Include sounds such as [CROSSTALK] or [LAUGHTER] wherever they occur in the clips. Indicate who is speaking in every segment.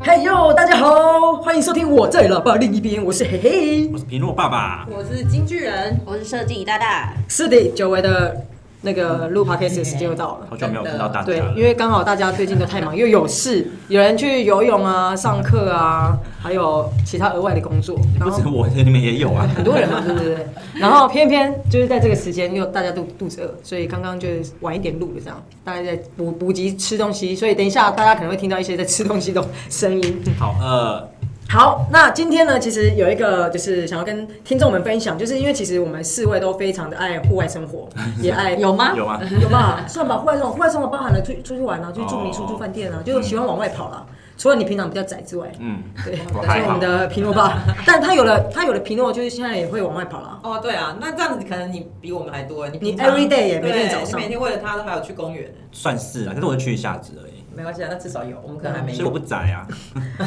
Speaker 1: 嗨哟，大家好，欢迎收听我在喇叭另一边，我是嘿嘿。
Speaker 2: 我是皮诺爸爸，
Speaker 3: 我是京剧人，
Speaker 4: 我是设计大大，
Speaker 1: 是的，久违的那个录 podcast 的时间又到了
Speaker 2: 嗯好。久没有看到大家
Speaker 1: 对，
Speaker 2: 了。
Speaker 1: 因为刚好大家最近都太忙，又有事，有人去游泳啊、上课啊，还有其他额外的工作，然
Speaker 2: 不
Speaker 1: 后
Speaker 2: 止我，你们也
Speaker 1: [LAUGHS]
Speaker 2: 有啊。
Speaker 1: 很多人
Speaker 2: [LAUGHS]
Speaker 1: 嘛，对不对？然后偏偏就是在这个时间，又大家都肚子饿，所以刚刚就是晚一点录的这样，大家在补补给吃东西，所以等一下大家可能会听到一些在吃东西的声音。
Speaker 2: 好呃饿，
Speaker 1: 好，那今天呢，其实有一个就是想要跟听众们分享，就是因为其实我们四位都非常的爱户外生
Speaker 2: [LAUGHS]
Speaker 1: 活，也爱
Speaker 3: 有吗？
Speaker 2: 有吗？
Speaker 1: 有吧？算吧，户外生活，户外生活包含了出出去玩啊，去住民宿、
Speaker 2: 哦
Speaker 1: 住饭店啊，就喜欢往外跑啦。除了你平常比较宅之外，
Speaker 2: 嗯，
Speaker 1: 对，
Speaker 2: 我
Speaker 1: 这
Speaker 2: 还
Speaker 1: 是我
Speaker 2: 好
Speaker 1: 们。的皮诺吧。
Speaker 2: [LAUGHS]
Speaker 1: 但他有了他有了皮诺，就是现在也会往外跑啦。
Speaker 3: 哦，对啊，那这样子可能你比我们还多，你
Speaker 1: 你
Speaker 3: 平常
Speaker 1: everyday 耶每天
Speaker 3: 对
Speaker 1: 早上
Speaker 3: 你每天为了他都还有去公园呢，
Speaker 2: 算是啊，可是我就去一下子而已，
Speaker 3: 没关系啊，那至少有，我们可能还没
Speaker 2: 所以我
Speaker 3: 有。
Speaker 2: 不宅啊。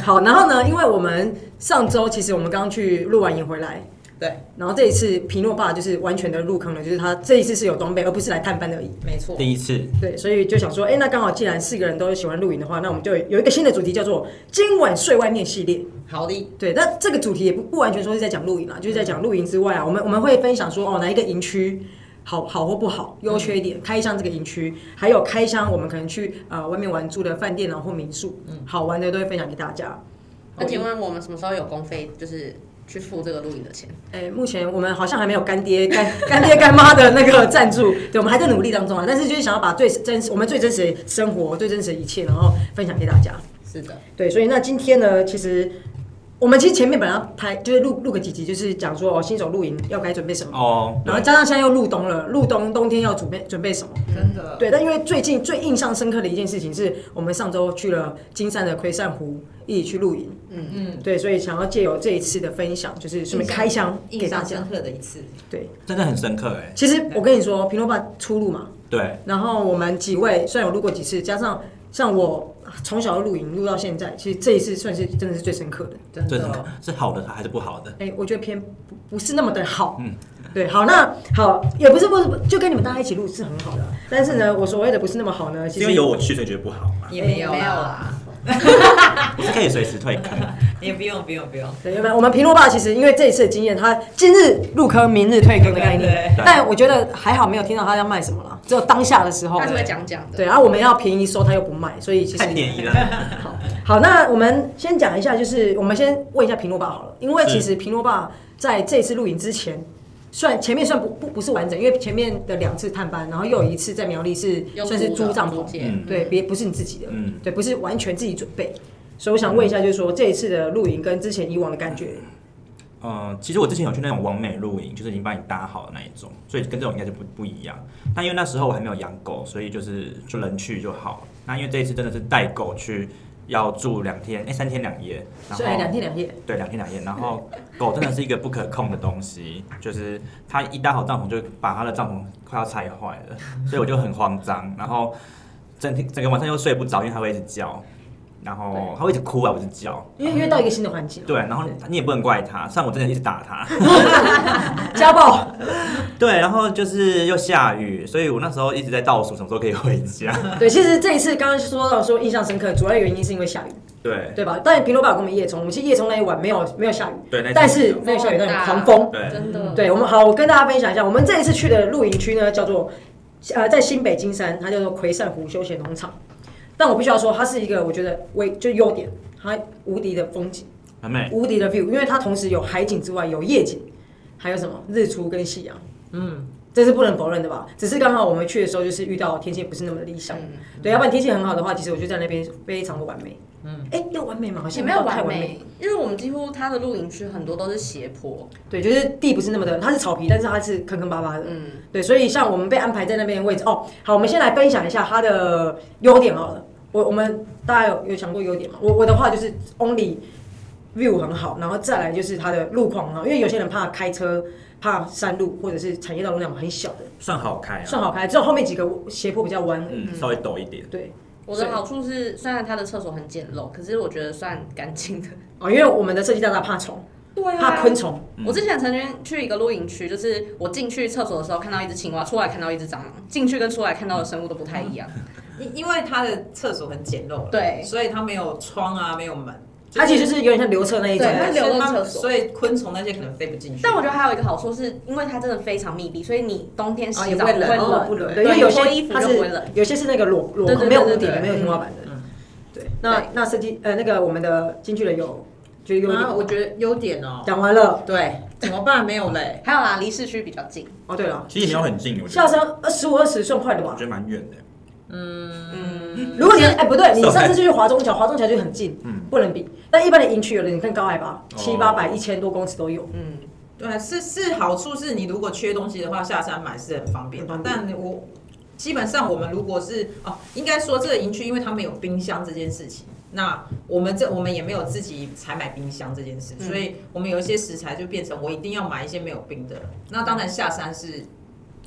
Speaker 1: 好，然后呢，因为我们上周其实我们刚去录完影回来，
Speaker 3: 对，
Speaker 1: 然后这一次皮诺爸就是完全的入坑了，就是他这一次是有装备，而不是来探班而已。
Speaker 3: 没错，
Speaker 2: 第一次，
Speaker 1: 对，所以就想说，哎、那刚好既然四个人都喜欢露营的话，那我们就有一个新的主题叫做“今晚睡外面”系列。
Speaker 3: 好的，
Speaker 1: 对，那这个主题也不不完全说是在讲露营啦，就是在讲露营之外啊，我们我们会分享说，哦，哪一个营区好好或不好，优缺点，开箱这个营区，还有开箱我们可能去呃外面玩住的饭店啊或民宿，好玩的都会分享给大家。
Speaker 4: 那请问我们什么时候有公费，就是去付这个录影的钱？
Speaker 1: 哎，目前我们好像还没有干爹干干爹干妈的那个赞助，对，我们还在努力当中啊。但是就是想要把最真实、我们最真实的生活、最真实的一切，然后分享给大家。
Speaker 3: 是的，
Speaker 1: 对，所以那今天呢，其实我们其实前面本来要拍就是录录个几集，就是讲说哦，新手露营要该准备什么，
Speaker 2: 哦，
Speaker 1: 然后加上现在又入冬了，入冬冬天要准备准备什么？
Speaker 3: 真的，
Speaker 1: 对，但因为最近最印象深刻的一件事情是我们上周去了金山的葵扇湖一起去露营，
Speaker 3: 嗯，
Speaker 1: 对，所以想要借由这一次的分享，就是顺便开箱给
Speaker 3: 印
Speaker 1: 大
Speaker 3: 象
Speaker 1: 家
Speaker 3: 深。刻的一次，
Speaker 1: 对，
Speaker 2: 真的很深刻哎。
Speaker 1: 其实我跟你说，平头爸出路嘛，
Speaker 2: 对，
Speaker 1: 然后我们几位虽然有录过几次，加上像我从小露营录到现在，其实这一次算是真的是最深刻的。哦
Speaker 3: 真
Speaker 2: 真的
Speaker 3: 的，
Speaker 2: 是好的还是不好的？
Speaker 1: 哎、我觉得偏不不是那么的好。
Speaker 2: 嗯
Speaker 1: 对，好，那好，也不是不是，就跟你们大家一起录是很好的，但是呢，我所谓的不是那么好呢，其实
Speaker 2: 是因为有我去，所以觉得不好嘛。
Speaker 3: 也哎没有啊
Speaker 4: 没有
Speaker 3: 啦
Speaker 4: 啦，
Speaker 2: 我是可以随时退坑。
Speaker 3: [LAUGHS] 也不用不用不用，
Speaker 1: 对，有没有？我们平罗爸其实因为这一次的经验，他今日入坑，明日退坑的概念
Speaker 3: 对，
Speaker 2: 对
Speaker 1: 但我觉得还好没有听到他要卖什么了，只有当下的时候
Speaker 4: 他。是会讲
Speaker 3: 哦
Speaker 4: 讲的。
Speaker 1: 对，然、后我们要便宜收，他又不卖，所以 [LAUGHS] 其实
Speaker 2: 太便宜了，
Speaker 1: 好，好，那我们先讲一下，就是我们先问一下平诺爸好了，因为
Speaker 2: 是
Speaker 1: 其实平诺爸在这一次录影之前，算前面算不不不是完整，因为前面的两次探班，然后又有一次在苗栗是
Speaker 4: 用
Speaker 1: 算是
Speaker 4: 租
Speaker 1: 租
Speaker 4: 的
Speaker 1: 帐
Speaker 4: 啊租
Speaker 1: 篷，
Speaker 4: 借
Speaker 2: 嗯
Speaker 1: 对，别不是你自己的，
Speaker 2: 啊嗯
Speaker 1: 对，不是完全自己准备。所以我想问一下，就是说这一次的露营跟之前以往的感觉，
Speaker 2: 嗯，其实我之前有去那种完美露营，就是已经帮你搭好的那一种，所以跟这种应该就不不一样。但因为那时候我还没有养狗，所以就是就人去就好。那因为这一次真的是带狗去，要住两天，哎、三天两夜，然后
Speaker 1: 虽然两天两夜，
Speaker 2: 对，两天两夜。然后狗真的是一个不可控的东西，就是它一搭好帐篷就把它的帐篷快要拆坏了，所以我就很慌张。然后整天整个晚上又睡不着，因为它会一直叫，然后它会一直哭啊，我一直叫。
Speaker 1: 因为因为到一个新的环境，
Speaker 2: 对，然后你也不能怪它，像我真的一直打它。嗯
Speaker 1: 家暴，
Speaker 2: 对，然后就是又下雨，所以我那时候一直在倒数什么时候可以回家。
Speaker 1: [LAUGHS] 对，其实这一次刚刚说到说印象深刻，主要原因是因为下雨，
Speaker 2: 对
Speaker 1: 对吧？但平罗爸有跟我们夜冲，我们其实夜冲那一晚没有没有下雨，
Speaker 2: 对，那一次
Speaker 1: 但是那个下雨
Speaker 3: 啊
Speaker 1: 那种狂风，
Speaker 2: 对
Speaker 4: 真的。
Speaker 1: 对，我们好，我跟大家分享一下，我们这一次去的露营区呢，叫做呃，在新北金山，它叫做葵扇湖休闲农场。但我必须要说，它是一个我觉得微就优点，它无敌的风景，
Speaker 2: 很美，
Speaker 1: 无敌的 view，因为它同时有海景之外，有夜景，还有什么日出跟夕阳，
Speaker 3: 嗯，
Speaker 1: 这是不能否认的吧？只是刚好我们去的时候，就是遇到天气不是那么的理想，
Speaker 4: 嗯
Speaker 1: 对，要不然天气很好的话，其实我就在那边非常的完美。嗯，哎、要完美吗？好
Speaker 4: 也
Speaker 1: 像
Speaker 4: 没有
Speaker 1: 太
Speaker 4: 完
Speaker 1: 完美。
Speaker 4: 美，
Speaker 3: 嗯
Speaker 4: 因为我们几乎它的露营区很多都是斜坡，
Speaker 1: 对，就是地不是那么的，它是草皮，但是它是坑坑巴巴的。
Speaker 4: 嗯，
Speaker 1: 对，所以像我们被安排在那边的位置哦，好，我们先来分享一下它的优点好了。我我们大家有有想过优点吗？我我的话就是 only view 很好，然后再来就是它的路况啊，因为有些人怕开车、怕山路或者是产业道路那种很小的，
Speaker 2: 算好开啊，
Speaker 1: 算好开，只有后面几个斜坡比较弯而已。
Speaker 2: 嗯，稍微陡一点。
Speaker 1: 对，
Speaker 4: 我
Speaker 1: 所
Speaker 4: 的
Speaker 1: 以
Speaker 4: 好处是，虽然它的厕所很简陋，可是我觉得算干净的。
Speaker 1: 哦，因为我们的设计大大怕虫，
Speaker 4: 对啊
Speaker 1: 怕昆虫，
Speaker 4: 我之前曾经去一个露营区，就是我进去厕所的时候看到一只青蛙，出来看到一只蟑螂，进去跟出来看到的生物都不太一样。
Speaker 3: 因因为他的厕所很简陋了，
Speaker 4: 啊对
Speaker 3: 所以他没有窗啊，没有门，
Speaker 1: 它其实就是有点像刘彻那一种
Speaker 4: 对，它
Speaker 1: 的，
Speaker 4: 流动
Speaker 3: 所以它
Speaker 4: 厕所
Speaker 3: 所以昆虫那些可能飞不进去。
Speaker 4: 但我觉得还有一个好处是，因为它真的非常密闭，所以你冬天洗
Speaker 3: 哦也
Speaker 4: 澡
Speaker 3: 不会冷哦
Speaker 4: 啊不
Speaker 3: 不
Speaker 4: 冷，
Speaker 3: 冷
Speaker 1: 对，因为有些
Speaker 4: 你脱衣服
Speaker 1: 它
Speaker 4: 就是不会冷。
Speaker 1: 有些是那个裸裸
Speaker 4: 对对对
Speaker 1: 没有屋顶
Speaker 4: 对
Speaker 1: 的，
Speaker 4: 对
Speaker 1: 没有天花板的。
Speaker 3: 嗯
Speaker 1: 对，那那设计呃那个我们的金曲人有觉得有
Speaker 3: 啊，我
Speaker 1: 点
Speaker 3: 觉得优点哦，
Speaker 1: 讲完了
Speaker 3: 对，怎么办？没有嘞，
Speaker 4: 还有啦，离市区比较近，
Speaker 1: 哦，对了，
Speaker 2: 其实也没有很近，我觉
Speaker 1: 下
Speaker 2: 得
Speaker 1: 山二呃十五二十算快的
Speaker 2: 我
Speaker 1: 吧
Speaker 2: 觉？得蛮远的。
Speaker 4: 嗯，
Speaker 1: 如果你哎不对，你
Speaker 2: 上海
Speaker 1: 上次就去华中桥，华中桥就很近，
Speaker 2: 嗯
Speaker 1: 不能比。但一般的营区有的你看高海拔
Speaker 2: 哦
Speaker 1: 七八百一千多公尺都有，
Speaker 4: 嗯，
Speaker 3: 对啊，是是好处是你如果缺东西的话，下山买是很方便的
Speaker 1: 很。方
Speaker 3: 但我基本上我们如果是哦，应该说这个营区，因为他们有冰箱这件事情，那我们这我们也没有自己采买冰箱这件事，
Speaker 4: 嗯
Speaker 3: 所以我们有一些食材就变成我一定要买一些没有冰的。那当然下山是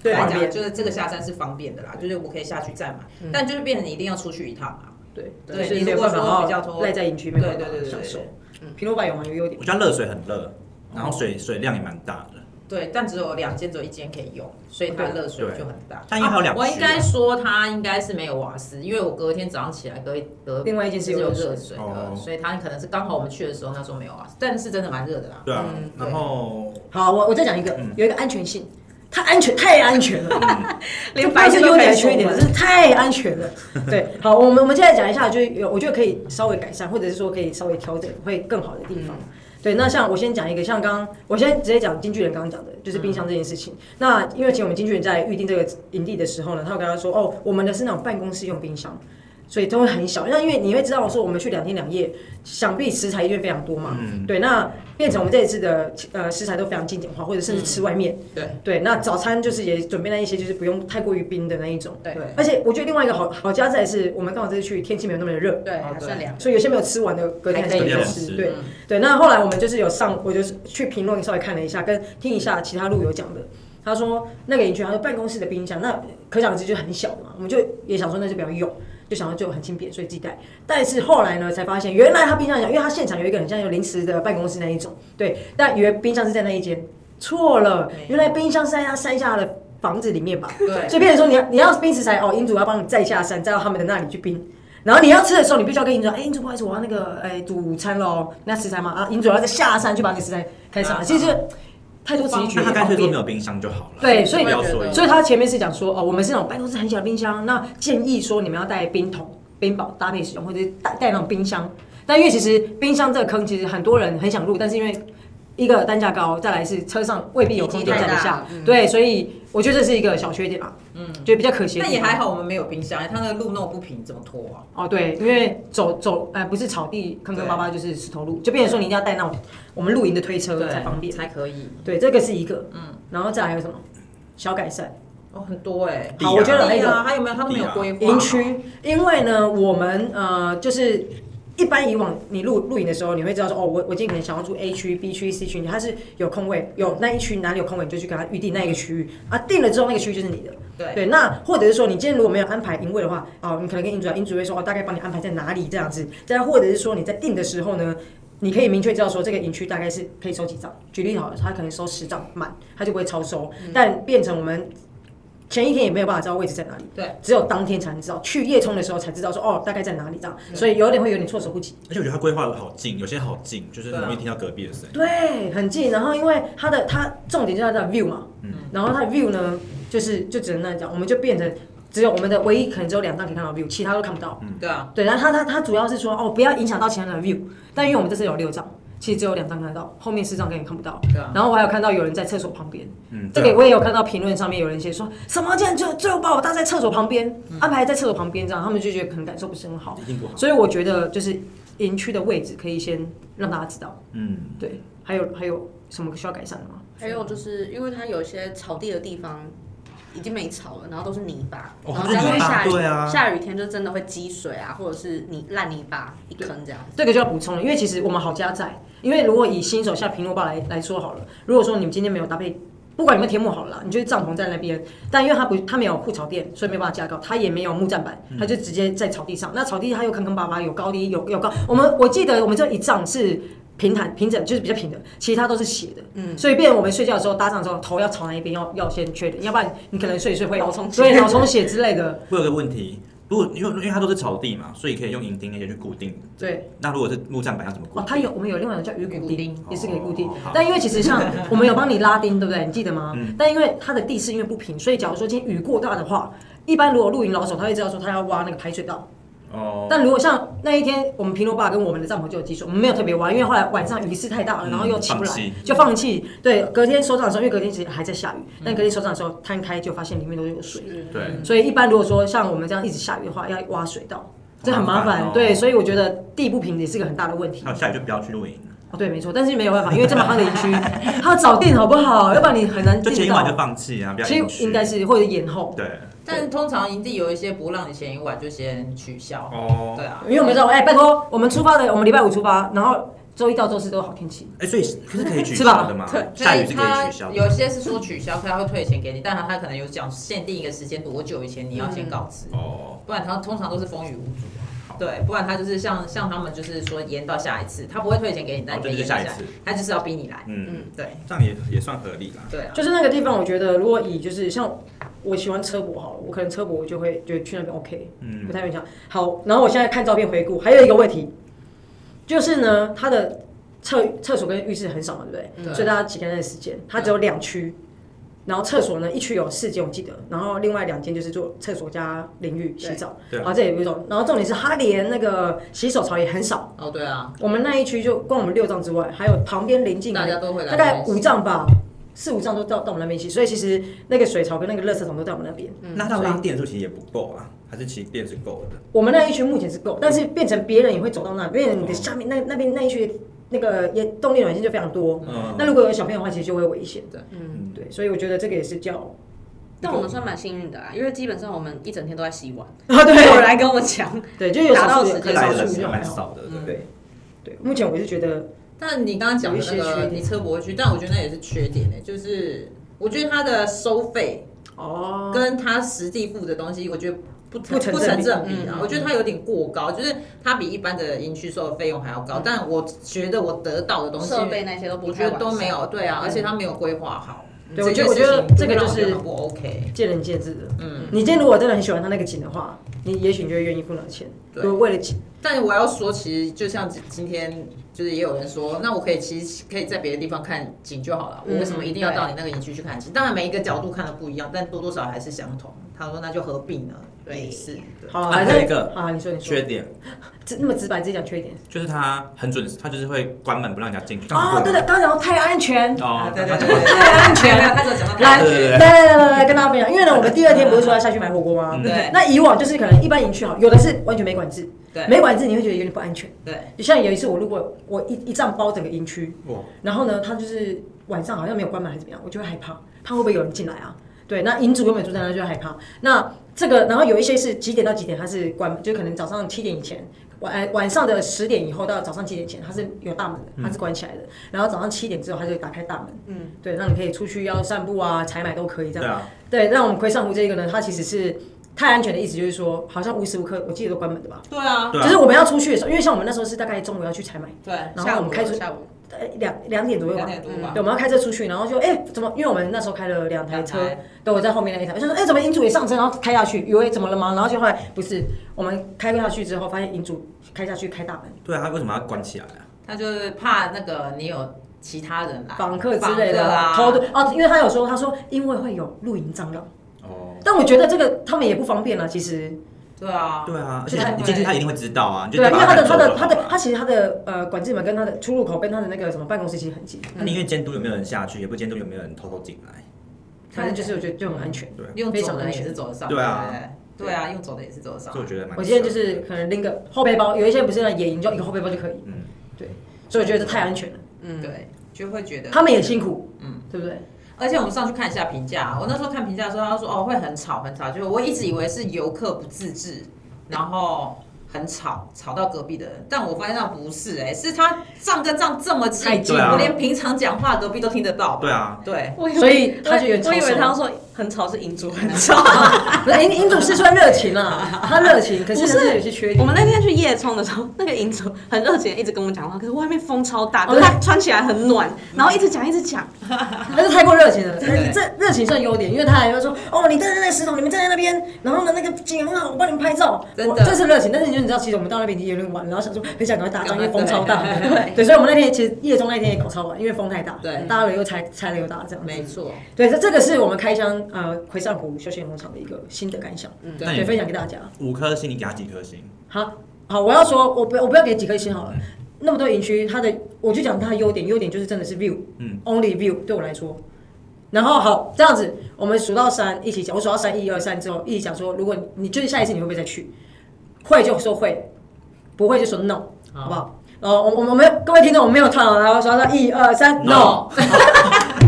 Speaker 1: 对
Speaker 3: 来
Speaker 1: 方
Speaker 3: 讲
Speaker 1: 便。
Speaker 3: 就是这个下山是方便的啦，就是我可以下去再买，
Speaker 4: 嗯
Speaker 3: 但就是变成你一定要出去一趟啊。
Speaker 1: 对，
Speaker 3: 对
Speaker 1: 就是
Speaker 3: 你
Speaker 1: 没有
Speaker 3: 如果
Speaker 1: 办法
Speaker 3: 说
Speaker 1: 好
Speaker 3: 比较
Speaker 1: 好
Speaker 3: 多
Speaker 1: 赖在营区，没
Speaker 3: 对
Speaker 1: 有
Speaker 3: 对
Speaker 1: 办
Speaker 3: 对
Speaker 1: 法享
Speaker 3: 对对嗯
Speaker 1: 受
Speaker 3: 对。
Speaker 1: 平头板有吗？有优点
Speaker 2: 我。觉得热水很热，然后水水量也蛮大的。
Speaker 3: 对，但只有两间，只有一间可以用，所以它的热水就很大。
Speaker 2: 但因为还有两区啊
Speaker 3: 我应该说它应该是没有瓦斯，因为我隔天早上起来隔一隔
Speaker 1: 另外一件事
Speaker 3: 是有
Speaker 1: 有热
Speaker 3: 热水的，
Speaker 2: 哦
Speaker 3: 所以它可能是刚好我们去的时候那时候没有瓦斯，但是真的蛮热的啦。
Speaker 2: 对啊
Speaker 4: 嗯，
Speaker 2: 然后
Speaker 1: 好，我我再讲一个
Speaker 2: 嗯，
Speaker 1: 有一个安全性，它安全太安全了。 [LAUGHS]
Speaker 4: 连
Speaker 1: 这
Speaker 4: 白
Speaker 1: 白
Speaker 4: 天
Speaker 1: 是优
Speaker 4: 都可
Speaker 1: 点
Speaker 4: 以
Speaker 1: 缺点，
Speaker 4: 出
Speaker 1: 真是
Speaker 4: 门
Speaker 1: 太安全了。对，好，我们我们现在讲一下，就是有我觉得可以稍微改善，或者是说可以稍微调整，会更好的地方。对，那像我先讲一个，像刚刚我先直接讲经纪人刚刚讲的，就是冰箱这件事情。那因为其实我们经纪人在预定这个营地的时候呢，他有跟他说，哦，我们的是那种办公室用冰箱，所以都会很小。那因为你会知道说，我们去两天两夜，想必食材一定非常多嘛。
Speaker 2: 嗯
Speaker 1: 对，那变成我们这一次的呃食材都非常精简化，或者甚至吃外面。
Speaker 3: 对
Speaker 1: 对，那早餐就是也准备那一些，就是不用太过于冰的那一种。
Speaker 4: 对
Speaker 3: 对
Speaker 1: 而且我觉得另外一个好好加在是我们刚好这次去天气没有那么的热，
Speaker 4: 啊对，
Speaker 3: 哦
Speaker 4: 还
Speaker 3: 对
Speaker 4: 算凉。
Speaker 1: 所以有些没有吃完的隔天还
Speaker 3: 还
Speaker 1: 是
Speaker 3: 可以
Speaker 1: 可以
Speaker 2: 有
Speaker 1: 吃。
Speaker 2: 吃
Speaker 1: 对
Speaker 3: 嗯
Speaker 1: 对，那后来我们就是有上，我就是去评论稍微看了一下，跟听一下其他路友讲的。他说那个营区，他说办公室的冰箱，那可想而知就很小嘛，我们就也想说那就不要用，就想要就很轻便，所以自己带。但是后来呢，才发现原来他冰箱小，因为他现场有一个很像有临时的办公室那一种，对，但以为冰箱是在那一间，错了
Speaker 3: 没，有
Speaker 1: 原来冰箱是在他山下的房子里面吧。
Speaker 3: 对
Speaker 1: 所以变成说你要你要冰食材哦，银主要帮你载下山，载到他们的那里去冰。然后你要吃的时候，你必须要跟银主说：“哎，银主，不好意思，我要那个哎煮午餐喽，那食材嘛啊，银主要再下山去把你食材开上来。”
Speaker 3: 啊
Speaker 1: 其实就是太多此一举
Speaker 2: 那
Speaker 1: 了，
Speaker 2: 他干脆说
Speaker 1: 方便
Speaker 2: 没有冰箱就好了。
Speaker 1: 对所以
Speaker 2: 不要说
Speaker 4: 我也觉得
Speaker 1: 所以他前面是讲说哦，我们是那种办公室很小的冰箱，那建议说你们要带冰桶、冰雹搭配使用，或者是带带那种冰箱。但因为其实冰箱这个坑，其实很多人很想入，但是因为一个单价高，再来是车上未必有空间载得
Speaker 4: 体积太
Speaker 1: 下
Speaker 4: 大，嗯
Speaker 1: 对，所以我觉得这是一个小缺点啊，嗯
Speaker 3: 嗯，
Speaker 1: 就比较可惜。
Speaker 3: 但也还。好，我们没有冰箱，它那个路弄不平，怎么拖啊？
Speaker 1: 哦，对，因为走走，哎、不是草地坑坑巴巴，就是石头路，就变成说你一定要带那种我们露营的推车才方便。
Speaker 3: 才可以。
Speaker 1: 对，这个是一个，
Speaker 3: 嗯
Speaker 1: 嗯，然后再来有什么小改善？
Speaker 3: 哦，很多哎、
Speaker 2: 地
Speaker 1: 好我觉得
Speaker 2: 啊
Speaker 1: 还有一
Speaker 3: 对
Speaker 1: 个
Speaker 3: 啊，还有没有？他都没有规划。
Speaker 1: 营。区，因为呢，我们呃，就是一般以往你露露营的时候，你会知道说，哦，我我今天可能想要住 A 区、B 区、C 区，它是有空位，有那一区哪里有空位，你就去给他预定那一个区域啊，定了之后那个区域就是你的。
Speaker 3: 对
Speaker 1: 对，那或者是说你今天如果没有安排营位的话，哦，你可能跟营主讲，营主会说哦，大概帮你安排在哪里这样子。再或者是说你在定的时候呢，你可以明确知道说这个营区大概是可以收几张。举例好了，他可能收十张满，他就不会超收，但变成我们。前一天也没有办法知道位置在哪里，
Speaker 3: 对，
Speaker 1: 只有当天才能知道，去夜冲的时候才知道说哦大概在哪里这样，所以有点会有点措手不及。
Speaker 2: 而且我觉得他规划的好近，有些好近，就是容易
Speaker 3: 对啊
Speaker 2: 听到隔壁的声音。
Speaker 1: 对，很近。然后因为它的它重点就是它的 view 嘛，然后它的 view 呢，就是就只能那样讲，我们就变成只有我们的唯一可能只有两张可以看到 view，其他都看不到。
Speaker 2: 嗯
Speaker 3: 对啊，
Speaker 1: 对，然后它它它主要是说哦，不要影响到其他人的 view，但因为我们这次有六张，其实只有两张看得到，后面四张根本看不到。
Speaker 3: 对啊
Speaker 1: 然后我还有看到有人在厕所旁边，
Speaker 2: 嗯，
Speaker 1: 这
Speaker 2: 对
Speaker 1: 个
Speaker 2: 啊
Speaker 1: 我也有看到评论上面有人写说什么竟然就最后把我搭在厕所旁边，安排在厕所旁边这样，他们就觉得可能感受不是很好。
Speaker 2: 一定不好。
Speaker 1: 所以我觉得就是营区的位置可以先让大家知道。
Speaker 2: 嗯，
Speaker 1: 对，还有还有什么需要改善的吗？
Speaker 4: 还有就是因为它有一些草地的地方已经没草了，然后都是泥巴，
Speaker 2: 哦
Speaker 4: 然后
Speaker 2: 它是
Speaker 4: 加上
Speaker 2: 泥巴
Speaker 4: 下雨，
Speaker 2: 对啊
Speaker 4: 下雨天就真的会积水啊，或者是泥烂泥巴一坑这样。
Speaker 1: 这个就要补充了，因为其实我们好加载，因为如果以新手下平罗坝来来说好了，如果说你们今天没有搭配，不管有没有天幕好了啦，你就是帐篷在那边，但因为它不它没有护草垫，所以没办法架高，它也没有木栈
Speaker 4: 嗯
Speaker 1: 板，它就直接在草地上。那草地它又坑坑巴巴，有高低，有有高。我们我记得我们这一帐是平坦平整，就是比较平的，其他都是斜的。
Speaker 4: 嗯，
Speaker 1: 所以变成我们睡觉的时候搭帐的时候，头要朝哪一边要要先确定，要不然你可能睡一睡会
Speaker 4: 脑充血
Speaker 1: 对脑充血之类的。
Speaker 2: 我有个问题，如果因为因为它都是草地嘛，所以可以用银钉那些去固定。
Speaker 1: 对，
Speaker 2: 那如果是木栈板要怎么固
Speaker 1: 哦
Speaker 2: 定？，
Speaker 1: 它有我们有另外一种叫鱼骨
Speaker 3: 鱼骨
Speaker 1: 钉
Speaker 3: 钉，
Speaker 1: 也是可以固定
Speaker 2: 哦好。
Speaker 1: 但因为其实
Speaker 2: [LAUGHS]
Speaker 1: 像我们有帮你拉钉，对不对？你记得吗
Speaker 2: 嗯？
Speaker 1: 但因为它的地势因为不平，所以假如说今天雨过大的话，一般如果露营老手他会知道说他要挖那个排水道。
Speaker 2: 哦，
Speaker 1: 但如果像那一天我们平头爸跟我们的帐篷就有技术，我们没有特别挖，因为后来晚上雨势太大了，然后又起不来
Speaker 2: 嗯放弃，
Speaker 1: 就放弃。对，隔天收帐的时候，因为隔天其实还在下雨，但隔天收帐的时候摊开就发现里面都有水。
Speaker 2: 对，
Speaker 1: 所以一般如果说像我们这样一直下雨的话，要挖水道，这很麻
Speaker 2: 麻烦
Speaker 1: 烦
Speaker 2: 哦。
Speaker 1: 对，所以我觉得地不平也是个很大的问题
Speaker 2: 那。我下雨就不要去露营，
Speaker 1: 哦，对，没错，但是没有办法，因为这么夯的营区，他要找店好不好？要不然你很难
Speaker 2: 就前
Speaker 1: 订
Speaker 2: 一晚
Speaker 1: 到
Speaker 2: 就。放弃啊，不要
Speaker 1: 其
Speaker 2: 硬
Speaker 1: 实
Speaker 2: 去
Speaker 1: 应该是或者延后，
Speaker 2: 对
Speaker 3: 但通常营地有一些不让你前一晚就先取消，
Speaker 2: 哦
Speaker 3: 对。啊，
Speaker 1: 因为我们知道，哎，拜托，我们出发的，我们礼拜五出发，然后周一到周四都有好天气。
Speaker 2: 哎、所以可是可以取
Speaker 1: 是吧
Speaker 2: 消的嘛？
Speaker 3: 所
Speaker 2: 下雨
Speaker 3: 以
Speaker 2: 是可
Speaker 3: 他
Speaker 2: 以取消的。
Speaker 3: 有些是说取消，所以他会退钱给你，但他他可能有讲限定一个时间多久以前你要先告知，
Speaker 2: 哦，
Speaker 3: 不然他通常都是风雨无阻啊。对，不然他就是像像他们就是说延到下一次，他不会退钱给你，但
Speaker 2: 哦
Speaker 3: 你可
Speaker 2: 这
Speaker 3: 以
Speaker 2: 就是
Speaker 3: 延
Speaker 2: 下一
Speaker 3: 到下一
Speaker 2: 次
Speaker 3: 次，他就是要逼你来。
Speaker 2: 嗯，
Speaker 3: 对
Speaker 2: 这样也也算合理啦。
Speaker 3: 对啊，
Speaker 1: 就是那个地方，我觉得如果以就是像我喜欢车博好了，我可能车博我就会就去那边 OK，
Speaker 2: 嗯
Speaker 1: 不太影响。好，然后我现在看照片回顾，还有一个问题，就是呢，它的厕厕所跟浴室很少嘛，对不对？
Speaker 3: 对啊
Speaker 1: 所以大家挤干那个时间，它只有两区，然后厕所呢一区有四间我记得，然后另外两间就是做厕所加淋浴洗澡，
Speaker 2: 对
Speaker 1: 然后这也有一种，然后重点是它连那个洗手槽也很少，
Speaker 3: 哦对啊，
Speaker 1: 我们那一区就光我们六张之外，还有旁边邻近的
Speaker 3: 大家都会
Speaker 1: 大
Speaker 3: 来这边
Speaker 1: 概五丈吧，四五丈都到到我们那边去，所以其实那个水槽跟那个垃圾桶都在我们那边。
Speaker 2: 那到拉电的时候其实也不够啊，还是其实电是够的。
Speaker 1: 我们那一区目前是够，但是变成别人也会走到那，因为你
Speaker 3: 哦
Speaker 1: 的下面那那边那一区那个也动力软件就非常多。
Speaker 2: 嗯，
Speaker 1: 那如果有小朋友的话，其实就会危险。
Speaker 2: 嗯
Speaker 1: 对，所以我觉得这个也是叫
Speaker 4: 但我们算蛮幸运的啊，因为基本上我们一整天都在洗碗，
Speaker 1: [LAUGHS] 啊，
Speaker 4: 没有人
Speaker 1: 对
Speaker 4: 来跟我抢。
Speaker 1: [LAUGHS] 对，就有
Speaker 4: 达
Speaker 1: 少
Speaker 4: 到
Speaker 1: 数
Speaker 4: 时
Speaker 1: 很
Speaker 4: 间
Speaker 2: 来
Speaker 1: 少
Speaker 2: 的
Speaker 1: 数
Speaker 2: 是
Speaker 1: 就还
Speaker 2: 蛮
Speaker 1: 好。
Speaker 2: 少的，
Speaker 3: 嗯
Speaker 2: 对。
Speaker 1: 对对，目前我是觉得
Speaker 3: 但你刚刚讲的那
Speaker 1: 有一些缺
Speaker 3: 个
Speaker 1: 点
Speaker 3: 你车不会去，但我觉得那也是缺点呢、就是我觉得它的收费
Speaker 1: 哦，
Speaker 3: 跟它实际付的东西，我觉得不
Speaker 1: 不成
Speaker 3: 不
Speaker 1: 正
Speaker 3: 成
Speaker 1: 比
Speaker 3: 正比
Speaker 4: 嗯
Speaker 3: 啊
Speaker 4: 嗯。
Speaker 3: 我觉得它有点过高，就是它比一般的营区收的费用还要
Speaker 1: 嗯
Speaker 3: 高，但我觉得我得到的东西，
Speaker 4: 设备那些都不
Speaker 3: 我
Speaker 4: 太
Speaker 3: 觉得
Speaker 4: 完善
Speaker 3: 都没有，对啊，
Speaker 4: 嗯
Speaker 3: 而且它没有规划好。
Speaker 1: 对我觉得
Speaker 3: 件事情
Speaker 1: 我觉得这个就是
Speaker 3: 让我觉得很不 OK。
Speaker 1: 见仁见智的。
Speaker 3: 嗯，
Speaker 1: 你今天如果真的很喜欢他那个景的话，你也许你就会愿意付那个钱。
Speaker 3: 对
Speaker 1: 如果为了景，
Speaker 3: 但是我要说，其实就像今今天，就是也有人说，那我可以其实可以在别的地方看景就好了，我
Speaker 1: 嗯
Speaker 3: 为什么一定要到你那个营区去看景？当然每一个角度看的不一样，但多多少少还是相同。他说那就何必呢？
Speaker 4: 对
Speaker 3: 也是，对
Speaker 1: 好，
Speaker 2: 啊
Speaker 1: 反
Speaker 2: 还有
Speaker 1: 正
Speaker 2: 一个
Speaker 1: 啊，你说你说
Speaker 2: 缺，点
Speaker 1: 这那么直白，直接讲缺点。
Speaker 2: 就是它很准时，它就是会关门不让人家进去。
Speaker 1: 哦，对的，刚才讲太安全，
Speaker 2: 哦，
Speaker 3: 对
Speaker 2: 它
Speaker 3: 对
Speaker 2: 就
Speaker 3: 对对，
Speaker 1: 太安全
Speaker 3: 没有
Speaker 1: 了。
Speaker 3: 他只有讲到
Speaker 1: 来
Speaker 3: 太
Speaker 2: 对对
Speaker 1: 来来来来来，跟大家分享，因为呢，我们第二天不是说要下去买火锅吗？
Speaker 2: 嗯
Speaker 3: 对
Speaker 1: 那以往就是可能一般营区好，有的是完全没管制，
Speaker 3: 对
Speaker 1: 没管制你会觉得有点不安全。
Speaker 3: 对，
Speaker 1: 就像有一次我路过，我一一站包整个营区，
Speaker 2: 哇，
Speaker 1: 然后呢，他就是晚上好像没有关门还是怎么样，我就会害怕，怕会不会有人进来啊？对，那营主又没有住在那，就会害怕。那这个，然后有一些是几点到几点它是关，就可能早上七点以前，晚呃晚上的十点以后到早上七点前，它是有大门的，它是关起来的。然后早上七点之后，它就打开大门，嗯，对，让你可以出去要散步啊、采买都可以这
Speaker 2: 对
Speaker 1: 样。
Speaker 2: 啊，
Speaker 1: 对，那我们龟上湖这个呢，它其实是太安全的意思，就是说好像无时无刻我记得都关门的吧。
Speaker 3: 对啊，
Speaker 2: 对
Speaker 1: 就是
Speaker 2: 啊，
Speaker 1: 我们要出去的时候，因为像我们那时候是大概中午要去采买，
Speaker 3: 对，
Speaker 1: 然后我们开出
Speaker 4: 下午
Speaker 1: 呃两两点左右吧
Speaker 3: 两，点多吧
Speaker 1: 对，我。们要开车出去，然后就哎、怎么？因为我们那时候开了两台车
Speaker 3: 两台，
Speaker 1: 对，我在后面那一台，我想说哎、怎么银主也上车，然后开下去，以为怎么了吗？然后就后来不是，我们开下去之后，发现银主开下去开大门，
Speaker 2: 对啊，它为什么要关起来啊？
Speaker 3: 他就是怕那个你有其他人来
Speaker 1: 访客之类
Speaker 3: 访
Speaker 1: 的
Speaker 3: 客啊，
Speaker 1: 偷渡哦，因为他有说他说因为会有露营蟑螂，
Speaker 2: 哦，
Speaker 1: 但我觉得这个他们也不方便啊，其实
Speaker 3: 对啊，
Speaker 2: 对啊，而
Speaker 1: 就
Speaker 2: 且
Speaker 1: 是
Speaker 2: 它你进去他一定会知道啊，你就
Speaker 1: 对啊，因为他的他的
Speaker 2: 把它赶走就好
Speaker 1: 他的
Speaker 2: 了
Speaker 1: 他其实他的呃管制门跟他的出入口跟他的那个什么办公室其实很近，
Speaker 2: 他宁愿监督有没有人下去，也不监督有没有人偷偷进来。
Speaker 1: 反正就是我觉得就很安全。
Speaker 2: 对啊，
Speaker 3: 用
Speaker 1: 非常
Speaker 3: 走的
Speaker 1: 安
Speaker 3: 也
Speaker 1: 全
Speaker 3: 是走得上，
Speaker 2: 对啊
Speaker 3: 对不对，对啊，用走的也是走得上
Speaker 2: 所以。我觉得蛮。
Speaker 1: 我今天就是可能拎个后背包，有一些不是那野营，就一个后背包就可以，
Speaker 2: 嗯，
Speaker 1: 所以我觉得太安全了。
Speaker 4: 嗯，
Speaker 3: 对，就会觉得
Speaker 1: 他们也辛苦，
Speaker 3: 嗯
Speaker 1: 嗯，对不对？
Speaker 3: 而且我们上去看一下评价，我那时候看评价的时候，他说哦会很吵很吵，就是我一直以为是游客不自制，然后很吵，吵到隔壁的人，但我发现那不是、哎，是他站跟站这么
Speaker 1: 太
Speaker 3: 近，
Speaker 1: 近
Speaker 2: 了
Speaker 3: 我连平常讲话隔壁都听得到。
Speaker 2: 对啊，
Speaker 3: 对，
Speaker 4: 我以为
Speaker 1: 所以他就有点
Speaker 4: 我以
Speaker 1: 抽
Speaker 4: 为
Speaker 1: 手
Speaker 4: 他要说很吵是银主很吵。
Speaker 1: [LAUGHS] 不是，银银主是算热情啦，他热情，可是人是有些缺点。
Speaker 4: 我们那天去夜冲的时候，那个银主很热情，一直跟我们讲话，可是外面风超
Speaker 1: 哦
Speaker 4: 大，可是他穿起来很暖，然后一直讲一直讲，
Speaker 1: 他是太过热情了，
Speaker 3: 对
Speaker 1: 这热情算优点，因为他还会说哦，你站在那个石头，你们站在那边，然后呢那个景很好，我帮你们拍照，
Speaker 3: 真的
Speaker 1: 我这是热情。但是你就你知道，其实我们到那边已经有点晚，然后
Speaker 3: [LAUGHS]
Speaker 1: 想说很想赶快打仗，因为风超大
Speaker 3: 对，
Speaker 1: [LAUGHS]
Speaker 4: 对
Speaker 1: 对，所以我们那天其实夜中那天也搞超晚，因为风太大，
Speaker 3: 对
Speaker 1: 搭了又拆，拆了又搭这样子。
Speaker 3: 没错，
Speaker 1: 对，这这个是我们开箱呃葵扇湖休闲农场的一个新的感想，嗯，
Speaker 2: 那
Speaker 1: 对，
Speaker 2: 你
Speaker 1: 分享给大家。
Speaker 2: 五颗星，你给他几颗星？
Speaker 1: 好，好，我要说，我不我不要给几颗星好了。那么多营区，它的我就讲它的优点，优点就是真的是 view，
Speaker 2: 嗯
Speaker 1: ，only view 对我来说。然后好，这样子，我们数到三一起讲，我数到三一二三之后一起讲说，如果你就是下一次你会不会再去？会就说会，不会就说 no，好不好？然后我我我们各位听众，我们没有串哦，然后数到一二三 no。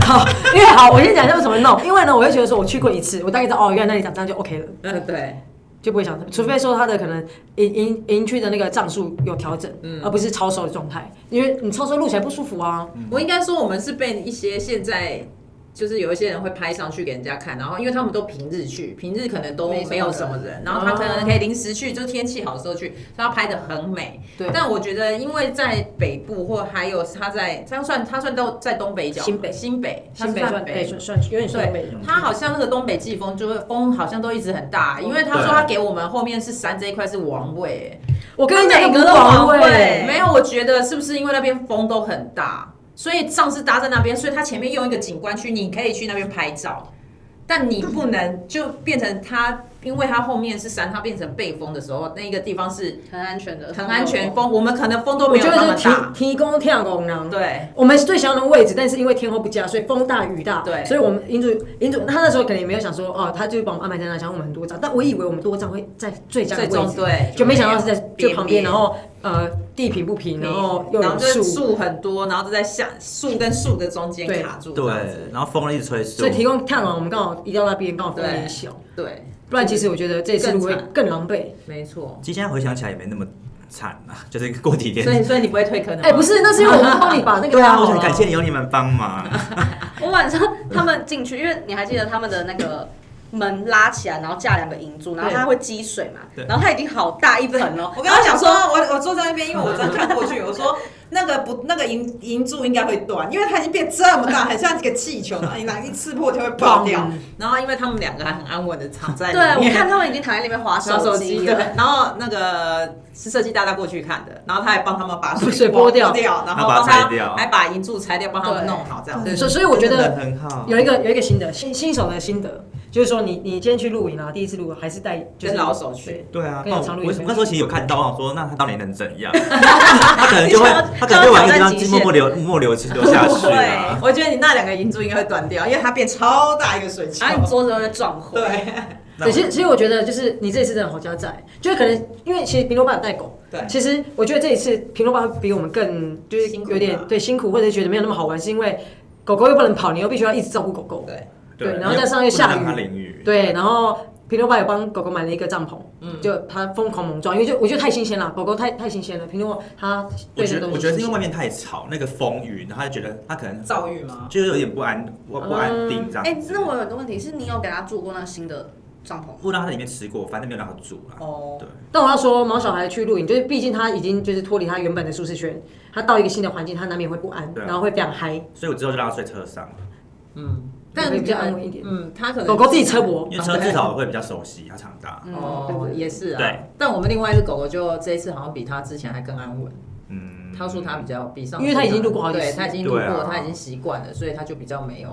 Speaker 1: 好，因为好，我先讲一下为什么 no，因为呢，我会觉得说我去过一次，我大概知道哦，原来那里长这样就 OK 了。
Speaker 3: 嗯，对，
Speaker 1: 就不会想，除非说他的可能营营营区的那个账数有调整，
Speaker 3: 嗯
Speaker 1: 而不是超收的状态，因为你超收录起来不舒服啊。
Speaker 3: 我应该说我们是被一些现在。就是有一些人会拍上去给人家看，然后因为他们都平日去，平日可能都
Speaker 4: 没什么
Speaker 3: 没有什么人，然后他可能可以临时去，就天气好的时候去，所以他拍的很
Speaker 1: 哦
Speaker 3: 美。
Speaker 1: 对
Speaker 3: 但我觉得因为在北部或还有他在，他算他算到在东北角嘛，
Speaker 1: 新北
Speaker 3: 新北，他
Speaker 1: 新北算哎
Speaker 3: 北
Speaker 1: 算算有点算北
Speaker 3: 对，它好像那个东北季风，就会风好像都一直很大，因为他说
Speaker 2: 对
Speaker 3: 他给我们后面是山这一块是王位，
Speaker 1: 我跟你
Speaker 4: 他
Speaker 1: 讲，
Speaker 4: 每个都
Speaker 1: 王
Speaker 4: 王
Speaker 1: 位
Speaker 4: 位，
Speaker 3: 没有，我觉得是不是因为那边风都很大，所以上次搭在那边，所以它前面用一个景观区，你可以去那边拍照，但你不能就变成它，因为它后面是山，它变成背风的时候，那个地方是
Speaker 4: 很安全的，
Speaker 3: 很安全，风，我们可能风都
Speaker 1: 我
Speaker 3: 没有
Speaker 1: 觉
Speaker 3: 那
Speaker 1: 得
Speaker 3: 么
Speaker 1: 就是
Speaker 3: 大，
Speaker 1: 提提供跳工呢。
Speaker 3: 对。
Speaker 1: 我们最想要的位置，但是因为天候不佳，所以风大雨大，
Speaker 3: 对
Speaker 1: 所以我们银主银主他那时候可能也没有想说哦，他就帮我们安排在那，想要我们很多张，但我以为我们多张会在最佳的
Speaker 3: 最
Speaker 1: 位
Speaker 3: 终
Speaker 1: 置，
Speaker 3: 对，
Speaker 1: 就没想到是在就旁边，
Speaker 3: 边
Speaker 1: 然后呃地平不平，然后又
Speaker 3: 然后
Speaker 1: 有
Speaker 3: 就是
Speaker 1: 树，
Speaker 3: 树很多，然后就在下树跟树的中间
Speaker 1: 对
Speaker 3: 卡住，这样子
Speaker 2: 对，然后风一直吹，
Speaker 1: 所以提
Speaker 2: 供
Speaker 1: 供看完我们刚好移到那边，刚好风也
Speaker 3: 对
Speaker 1: 小。
Speaker 3: 对，
Speaker 1: 不然其实我觉得这一次路会
Speaker 3: 更惨
Speaker 1: 更狼狈。
Speaker 3: 没错。
Speaker 2: 其实现在回想起来也没那么惨啊，就是过几天
Speaker 3: 所。以所以你不会退坑的吗？
Speaker 1: 哎、不是，那是因为我们帮你把
Speaker 3: [LAUGHS]
Speaker 1: 那个
Speaker 2: 对
Speaker 1: 拉
Speaker 2: 啊，
Speaker 1: 好
Speaker 2: 我
Speaker 1: 了
Speaker 2: 想感谢你有你们帮忙。
Speaker 4: [LAUGHS] 我晚上他们进去，因为你还记得他们的那个门拉起来，然后架两个银柱，然后它会积水嘛，
Speaker 2: 对
Speaker 4: 然后它已经好大一盆 [LAUGHS] 了。
Speaker 3: 我跟他讲说，我我坐在那边，因为我真的看
Speaker 1: [LAUGHS]
Speaker 3: 过去，我说那个不那个银银柱应该会断，因为它已经变这么大，很像一个气球，
Speaker 1: [LAUGHS]
Speaker 3: 然后你拿一刺破就会爆掉
Speaker 1: 砰。
Speaker 3: 然后因为他们两个还很安稳的躺在里
Speaker 4: 对，
Speaker 3: 面，
Speaker 4: 我看他们已经躺在里面划
Speaker 3: 小
Speaker 4: [LAUGHS]
Speaker 3: 手
Speaker 4: 手
Speaker 3: 机
Speaker 4: 机
Speaker 3: [LAUGHS] 对
Speaker 4: 了。，
Speaker 3: 然后那个是设计大大过去看的，然后他还帮他们把
Speaker 1: 水
Speaker 3: 拨
Speaker 1: 拨掉
Speaker 3: 然
Speaker 2: 然
Speaker 3: 后
Speaker 2: 后把
Speaker 3: 帮
Speaker 2: 它
Speaker 3: 他
Speaker 2: 拆掉
Speaker 3: 还把银柱拆掉，帮他们
Speaker 4: 对
Speaker 3: 弄好这样子。
Speaker 1: 对， [LAUGHS] 所以所以我觉
Speaker 2: 真的
Speaker 1: 得
Speaker 2: 很好，
Speaker 1: 有一个有一个心得，新新手的心得就是说你，你今天去露营啊，第一次露还是带就是
Speaker 3: 跟老手去，
Speaker 2: 对啊，
Speaker 1: 跟
Speaker 2: 那
Speaker 1: 有长路
Speaker 2: 我
Speaker 1: 一
Speaker 2: 我
Speaker 1: 样
Speaker 2: 那时候其实有看到，我想说那他到底能怎样？ [LAUGHS] 他可能就会
Speaker 4: 你想要
Speaker 2: 他可能就玩一
Speaker 4: 想要
Speaker 2: 张
Speaker 4: 挑战极限
Speaker 2: 默默流默默流流下去啊。
Speaker 3: 我觉得你那两个银柱应该会断掉，因为它变超大一个水球
Speaker 1: 哎
Speaker 4: 然。后你桌子会撞毁，
Speaker 3: 对
Speaker 1: [LAUGHS]
Speaker 3: [LAUGHS]
Speaker 2: 那
Speaker 1: 对，
Speaker 2: 我
Speaker 1: 其实其实我觉得就是你这一次真的好加载，就是可能因为其实平头爸有带狗，
Speaker 3: 对
Speaker 1: 其实我觉得这一次平头爸会比我们更就是
Speaker 3: 辛苦
Speaker 1: 有点
Speaker 3: 吧
Speaker 1: 对辛苦，或者觉得没有那么好玩，是因为狗狗又不能跑，你又必须要一直照顾狗狗，
Speaker 3: 对，
Speaker 1: 对然后再上又下雨
Speaker 2: 不能让他淋雨，
Speaker 1: 对，然后平头爸有帮狗狗买了一个帐篷，
Speaker 3: 嗯
Speaker 1: 就他疯狂猛撞，因为就我觉得太新鲜了，狗狗太太新鲜了，平头爸他
Speaker 2: 我
Speaker 1: 对
Speaker 2: 觉
Speaker 1: 这个东
Speaker 2: 得
Speaker 1: 西
Speaker 2: 我觉得是因为外面太吵，那个风雨，然后他就觉得他可能
Speaker 3: 遭遇吗？
Speaker 2: 就是有点不安不不安
Speaker 1: 哦
Speaker 2: 定这样。
Speaker 4: 哎、那我有个问题是，你有给他住过那个新的帐篷吗？
Speaker 2: 不知道他在里面吃过，反正没有让他住啦。
Speaker 3: 哦
Speaker 2: 对，
Speaker 1: 但我要说，毛小孩去露营，就是毕竟他已经就是脱离他原本的舒适圈，他到一个新的环境，他难免会不安，
Speaker 2: 对啊
Speaker 1: 然后会非常嗨，
Speaker 2: 所以我之后就让他睡车上，
Speaker 3: 嗯，
Speaker 1: 会比较安稳一点。
Speaker 3: 嗯，他可能
Speaker 1: 狗狗自己车脖，
Speaker 2: 因为车至少会比较熟悉，他长大。
Speaker 1: 对
Speaker 3: 哦
Speaker 4: 嗯
Speaker 1: 对，对
Speaker 3: 也是啊。
Speaker 2: 对，
Speaker 3: 但我们另外一只狗狗就这一次好像比它之前还更安稳。
Speaker 2: 嗯，
Speaker 3: 他说他比较比上次，
Speaker 1: 因为他已经录过好几次
Speaker 3: 对，他已经录
Speaker 2: 对
Speaker 3: 过，
Speaker 2: 啊
Speaker 3: 他已经习惯了，所以他就比较没有。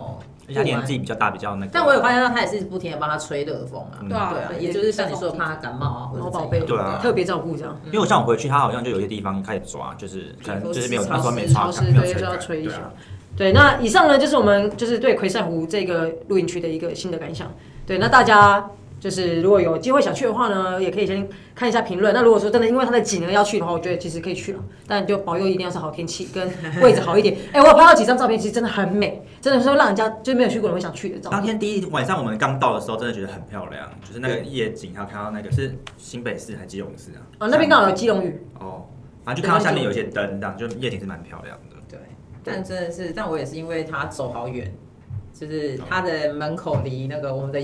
Speaker 2: 而且他年纪比较大，比较那个。
Speaker 3: 但我有发现到他也是不停的帮他吹热风啊，
Speaker 2: 嗯
Speaker 4: 对啊
Speaker 3: 对啊，
Speaker 4: 对
Speaker 3: 也就是像你说的怕他感冒啊，或者
Speaker 1: 毛
Speaker 3: 是
Speaker 1: 宝
Speaker 3: 怎
Speaker 1: 贝
Speaker 3: 样
Speaker 2: 对啊
Speaker 1: 特别照顾这样。
Speaker 2: 因为我像我回去，他好像就有些地方开始抓，就是可能就是没有
Speaker 3: 比如说
Speaker 2: 那时候没
Speaker 1: 潮
Speaker 2: 刷
Speaker 1: 湿
Speaker 2: 干，没
Speaker 1: 对
Speaker 2: 有
Speaker 1: 就要
Speaker 2: 干
Speaker 1: 吹一
Speaker 2: 对
Speaker 1: 下
Speaker 2: 啊。
Speaker 1: 对，那以上呢就是我们就是对葵扇湖这个露营区的一个新的感想。对，那大家就是如果有机会想去的话呢，也可以先看一下评论。那如果说真的因为它的景呢要去的话，我觉得其实可以去了，但就保佑一定要是好天气跟位置好
Speaker 3: [LAUGHS]
Speaker 1: 一点。哎、我有拍到几张照片，其实真的很美，真的是会让人家就是没有去过的人会想去的照
Speaker 2: 当
Speaker 3: 啊
Speaker 1: 片。
Speaker 2: 天第一晚上我们刚到的时候，真的觉得很漂亮，就是那个夜景，还有看到那个是新北市还是基隆市啊？
Speaker 1: 啊，那边刚好有基隆屿，
Speaker 2: 哦，反正就看到下面有一些灯，这样就夜景是蛮漂亮的。
Speaker 3: 对，但真的是，但我也是因为他走好远，就是它的门口离那个我们的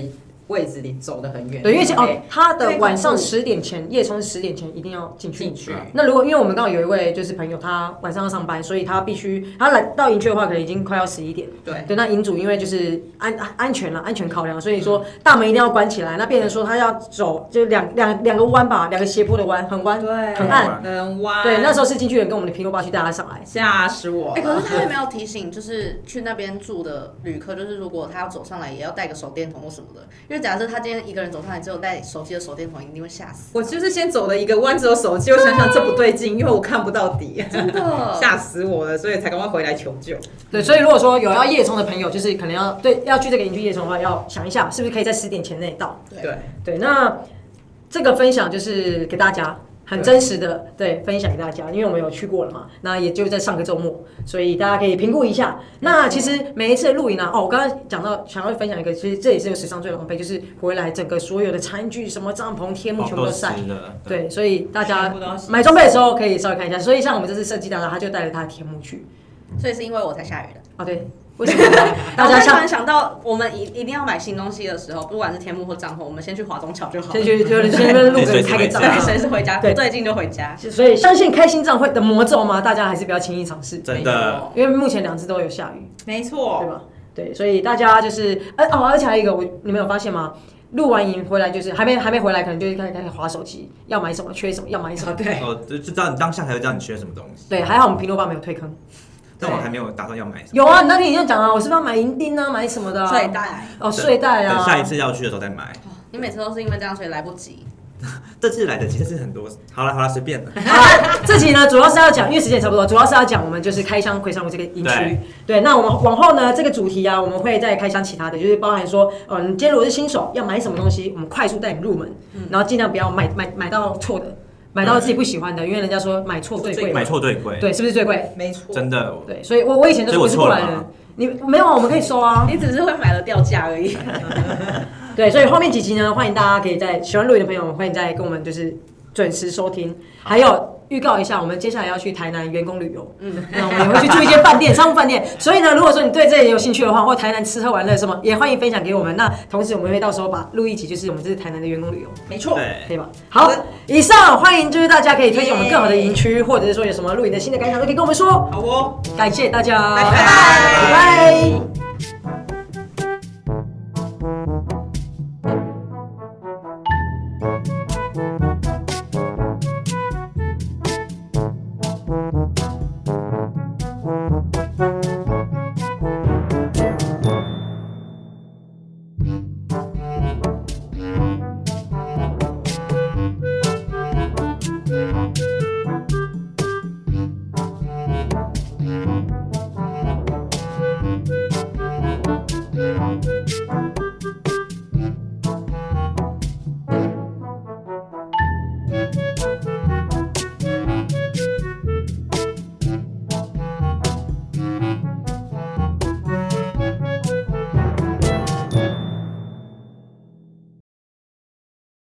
Speaker 3: 位置离走得很远。
Speaker 1: 对，因为其实
Speaker 3: 对
Speaker 1: 哦，他的
Speaker 3: 对
Speaker 1: 晚上
Speaker 3: 恐怖
Speaker 1: 十点前，夜冲十点前一定要进去。
Speaker 3: 进去
Speaker 1: 那如果因为我们刚好有一位就是朋友，他晚上要上班，所以他必须他来到营区的话，可能已经快要十一点。
Speaker 3: 对
Speaker 1: 对，那营主因为就是安安安全了，安全考量，所以说大门一定要关起来。那变成说他要走就两两两个弯吧，两个斜坡的弯，很弯。
Speaker 3: 对，
Speaker 1: 很暗
Speaker 3: 很弯。
Speaker 1: 对，那时候是进去人跟我们的平头爸去带他上来。
Speaker 3: 吓死我
Speaker 4: 哎、可
Speaker 3: 了。
Speaker 4: 是他有没有提醒，就是去那边住的旅客，就是如果他要走上来，也要带个手电筒或什么的，因为假设他今天一个人走上来，只有带手机的手电筒，一定会吓死。
Speaker 3: 我就是先走了一个弯，只有手机，我想想这不对劲，因为我看不到底，
Speaker 4: 真的，
Speaker 3: [LAUGHS] 吓死我了，所以才赶快回来求救。
Speaker 1: 对，所以如果说有要夜冲的朋友，就是可能要对要去这个营区夜冲的话，要想一下是不是可以在十点前内到。
Speaker 4: 对
Speaker 3: 对，
Speaker 1: 对，那这个分享就是给大家很真实的对分享给大家，因为我们有去过了嘛，那也就在上个周末，所以大家可以评估一下。那其实每一次的露营呢、哦，我刚刚讲到想要分享一个，其实这也是有史上最狼狈，就是回来整个所有的餐具、什么帐篷、天
Speaker 3: 哦
Speaker 1: 幕全部
Speaker 2: 哦
Speaker 1: 都
Speaker 2: 都
Speaker 1: 晒。
Speaker 2: 湿了，对，
Speaker 1: 对，所以大
Speaker 3: 全
Speaker 1: 家
Speaker 3: 部都要洗
Speaker 1: 买装备的时候可以稍微看一下。所以像我们这次设计大大，他就带了他的天幕去。
Speaker 4: 所以是因为我才下雨的。
Speaker 1: 啊，对，为什么呢？大
Speaker 4: 然后
Speaker 1: 家
Speaker 4: 我突
Speaker 3: [LAUGHS]
Speaker 1: 像
Speaker 4: 然想到，我们一一定要买新东西的时候，不管是天幕或帐篷，我们先去华中桥就好了。
Speaker 1: 先去就是先跟路人开个
Speaker 3: [LAUGHS]
Speaker 1: 照。啊
Speaker 4: 对，随时回家，
Speaker 1: 对
Speaker 4: 不对劲就回家。
Speaker 1: 所以相信开心账会的魔咒吗？大家还是不要轻易尝试。
Speaker 2: 真的，
Speaker 1: 因为目前两只都有下雨，
Speaker 3: 没
Speaker 1: 对
Speaker 3: 错，
Speaker 1: 吧？对，所以大家就是，呃哦，而且还有一个，我你们有发现吗？录完影回来就是还没还没回来，可能就开始开始划手机，要买什么缺什么，要买什么。
Speaker 3: 对，
Speaker 2: 哦，就就知道你当下才会知道你缺什么东西，
Speaker 1: 对，还好我们平头爸没有退坑。
Speaker 2: 但我还没有打算要买什么，
Speaker 1: 有啊，你那天你就讲啊，我是不是要买银钉啊，买什么的、啊？
Speaker 4: 睡袋，
Speaker 1: 哦，睡袋啊。
Speaker 2: 等下一次要去的时候再买，
Speaker 4: 你每次都是因为这样，所以来不及。
Speaker 2: 这次来得及，这次很多，好了好了，随便了，
Speaker 1: [LAUGHS] 好，这集呢主要是要讲，因为时间也差不多，主要是要讲我们就是开箱葵山湖这个营区
Speaker 2: 对。
Speaker 1: 对，那我们往后呢这个主题啊，我们会再开箱其他的，就是包含说，呃，你今天如果是新手要买什么东西，我们快速带你入门，然后尽量不要买买买到错的，嗯买到自己不喜欢的，因为人家说买错最贵嘛
Speaker 2: 买，错对贵，
Speaker 1: 对，是不是最贵？
Speaker 3: 没错，
Speaker 2: 真的，
Speaker 1: 对，所以我我以前都是
Speaker 2: 所以
Speaker 1: 我
Speaker 2: 我
Speaker 1: 是过
Speaker 2: 错了
Speaker 1: 来人
Speaker 2: 吗，
Speaker 1: 你没有啊，我们可以收啊。
Speaker 4: 你只是会买了掉价
Speaker 1: [LAUGHS]
Speaker 4: 而已。
Speaker 1: 对，所以后面几集呢，欢迎大家可以在喜欢露营的朋友，欢迎再跟我们就是准时收听，还有预告一下，我们接下来要去台南员工旅游，嗯，那我们也会去住一间饭店，商务饭店。所以呢，如果说你对这里有兴趣的话，或台南吃喝玩乐什么，也欢迎分享给我们。那同时，我们会到时候把录一集，就是我们这次台南的员工旅游，
Speaker 3: 没错，
Speaker 2: 对
Speaker 1: 可以吧？
Speaker 3: 好
Speaker 1: 好
Speaker 3: 的，
Speaker 1: 以上欢迎就是大家可以推荐我们更好的营区，或者是说有什么露
Speaker 2: 哦
Speaker 1: 营的新的感想，都可以跟我们说。
Speaker 3: 好哦。
Speaker 1: 感谢大家，
Speaker 3: 拜拜
Speaker 1: 拜拜